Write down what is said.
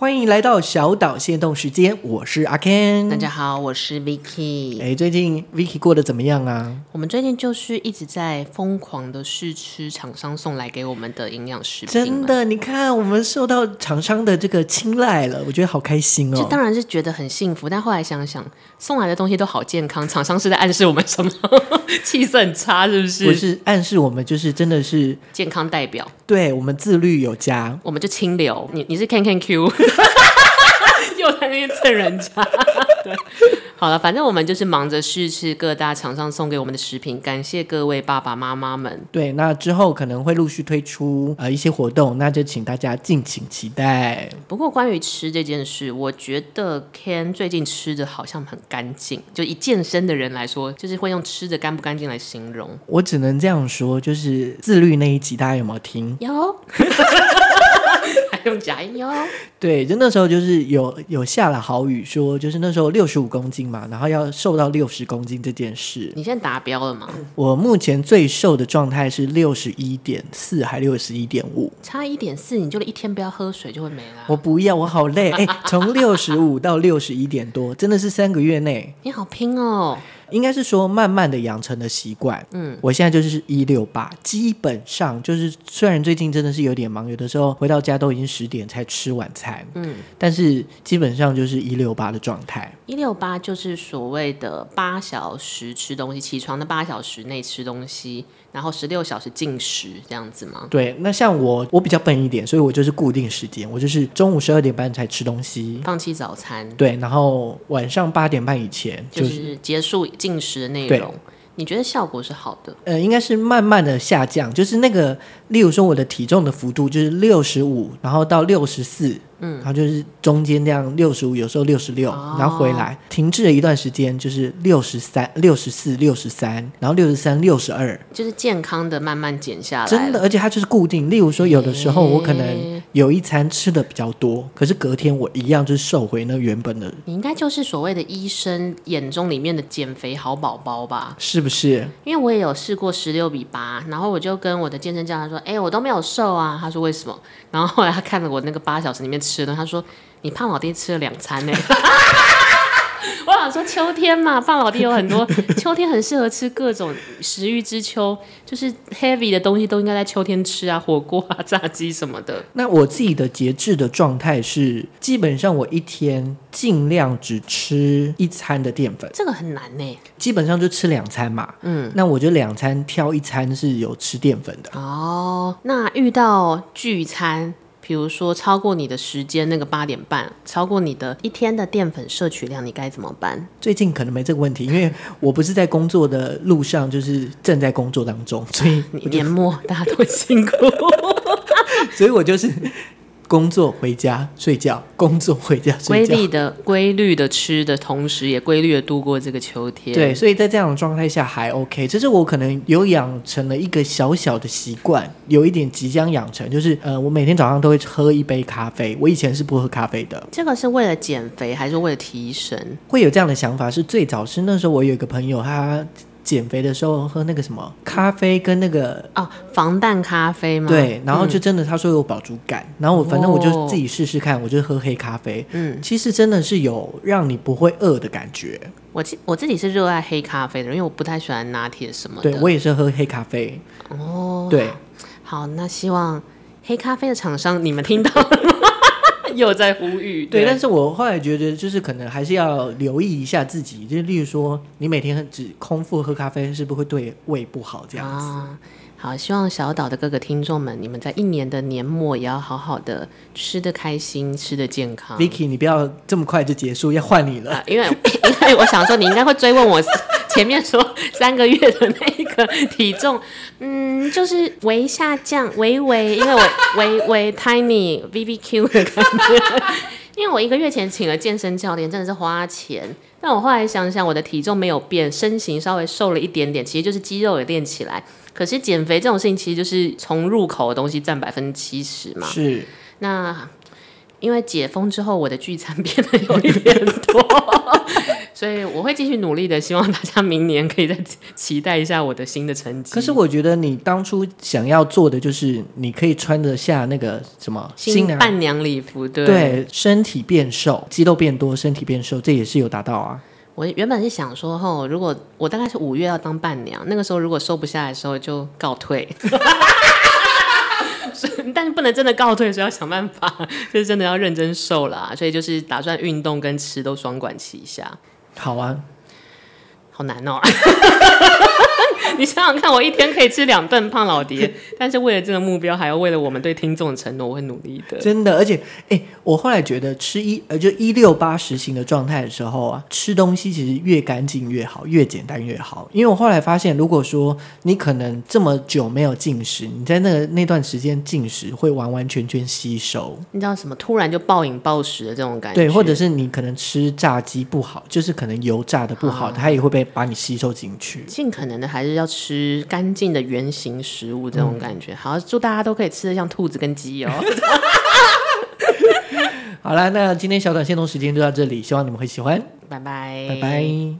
欢迎来到小岛限动时间，我是阿 Ken。大家好，我是 Vicky。哎，最近 Vicky 过得怎么样啊？我们最近就是一直在疯狂的试吃厂商送来给我们的营养食品真们，的，你看我们受到厂商的这个青睐了，我觉得好开心就哦。当然是觉得很幸福，但后来想想，送来的东西都好健康，厂商是在暗示我们什么？ 气色很差是不是？不是暗示我们，就是真的是健康代表，对我们自律有加。我们就清流。你你是 Can Can Q，又在那边蹭人家。 对，好了，反正我们就是忙着试吃各大厂商送给我们的食品，感谢各位爸爸妈妈们。对，那之后可能会陆续推出呃一些活动，那就请大家敬请期待。不过关于吃这件事，我觉得 Ken 最近吃的好像很干净，就以健身的人来说，就是会用吃的干不干净来形容。我只能这样说，就是自律那一集大家有没有听？有， 还用假音哟。对，就那时候就是有有下了好语说，就是那时候六十五公斤嘛，然后要瘦到六十公斤这件事，你现在达标了吗？我目前最瘦的状态是六十一点四还六十一点五。差一点四，你就一天不要喝水就会没啊啦。我不要，我好累。哎，从六十五到六十一点多，真的是三个月内，你好拼哦，应该是说慢慢的养成的习惯。嗯，我现在就是一六八，基本上就是虽然最近真的是有点忙，有的时候回到家都已经十点才吃晚餐，嗯，但是基本上就是一六八的状态。一六八就是所谓的八小时吃东西，起床的八小时内吃东西，然后十六小时进食这样子吗？对，那像我，我比较笨一点，所以我就是固定时间，我就是中午十二点半才吃东西，放弃早餐，对，然后晚上八点半以前就，就是是结束进食的内对容。你觉得效果是好的？呃，应该是慢慢的下降，就是那个，例如说我的体重的幅度就是六十五，然后到六十四，嗯，然后就是中间这样六十五，有时候六十六，哦然后回来停滞了一段时间，就是六十三、六十四、六十三，然后六十三、六十二，就是健康的慢慢减下来，真的，，而且它就是固定。例如说，有的时候我可能有一餐吃的比较多，可是隔天我一样就是瘦回那原本的，你应该就是所谓的医生眼中里面的减肥好宝宝吧？是不是？因为我也有试过十六比八，然后我就跟我的健身教练说：“哎、我都没有瘦啊。”他说：“为什么？”然后后来他看了我那个八小时里面吃的东西，他说：“你胖老弟吃了两餐呢、我想说秋天嘛，胖老弟有很多， 秋天很适合吃各种食欲之秋，就是 heavy 的东西都应该在秋天吃啊，火锅啊、炸鸡什么的。那我自己的节制的状态是，基本上我一天尽量只吃一餐的淀粉，这个很难呢、基本上就吃两餐嘛。嗯，那我就两餐挑一餐是有吃淀粉的。哦，那遇到聚餐，比如说超过你的时间那个八点半，超过你的一天的淀粉摄取量，你该怎么办？最近可能没这个问题，因为我不是在工作的路上，就是正在工作当中，所以你年末大家都很辛 苦，所以我就是工作回家睡觉，工作回家睡规觉。律的规律的吃的同时，也规律的度过这个秋天。对，，所以在这样的状态下还 OK，这是我可能有养成了一个小小的习惯，有一点即将养成，就是呃，我每天早上都会喝一杯咖啡。我以前是不喝咖啡的，这个是为了减肥还是为了提神？会有这样的想法是最早是那时候我有一个朋友，他减肥的时候喝那个什么咖啡跟那个哦，防弹咖啡吗？嗯哦对，然后就真的他说有饱足感，然后我反正我就自己试试看，我就喝黑咖啡，嗯，其实真的是有让你不会饿的感觉。我自我自己是热爱黑咖啡的，因为我不太喜欢拿铁什么的。对我也是喝黑咖啡，哦，对，好，那希望黑咖啡的厂商你们听到了吗？ 又在呼吁，对，但是我后来觉得，就是可能还是要留意一下自己，就例如说，你每天只空腹喝咖啡，是不是会对胃不好？这样子，啊，好，希望小岛的各个听众们，你们在一年的年末也要好好的吃的开心，吃的健康。 Vicky，你不要这么快就结束，要换你 了。啊，因为 因为我想说，你应该会追问我前面说三个月的那个体重，嗯，就是微下降，微微，因为我微微 tiny V V Q 的感觉。因为我一个月前请了健身教练，真的是花钱。但我后来想想，我的体重没有变，身形稍微瘦了一点点，其实就是肌肉也练起来。可是减肥这种事情，其实就是从入口的东西占百分之七十嘛。是，那因为解封之后，我的聚餐变得有一点多， 所以我会继续努力的，希望大家明年可以再期待一下我的新的成绩。可是我觉得你当初想要做的就是，你可以穿得下那个什么新娘伴娘礼服，对对，身体变瘦，肌肉变多，身体变瘦，这也是有达到啊。我原本是想说，吼，如果我大概是五月要当伴娘，那个时候如果收不下来的时候就告退。 所以但是不能真的告退，所以要想办法，就是真的要认真瘦啦。所以就是打算运动跟吃都双管齐下，好啊，好难哦、 你想想看，我一天可以吃两顿胖老爹，但是为了这个目标，还要为了我们对听众的承诺，我会努力的。真的，而且哎、我后来觉得吃一呃，就一六八实行的状态的时候啊，吃东西其实越干净越好，越简单越好。因为我后来发现，如果说你可能这么久没有进食，你在那个那段时间进食会完完全全吸收。你知道什么？突然就暴饮暴食的这种感觉，对，或者是你可能吃炸鸡不好，就是可能油炸的不好，它也会被把你吸收进去。尽可能的还是要吃干净的原形食物，这种感觉。好，祝大家都可以吃得像兔子跟鸡哦。好啦，那今天小短线动时间就到这里，希望你们会喜欢，拜拜，拜拜。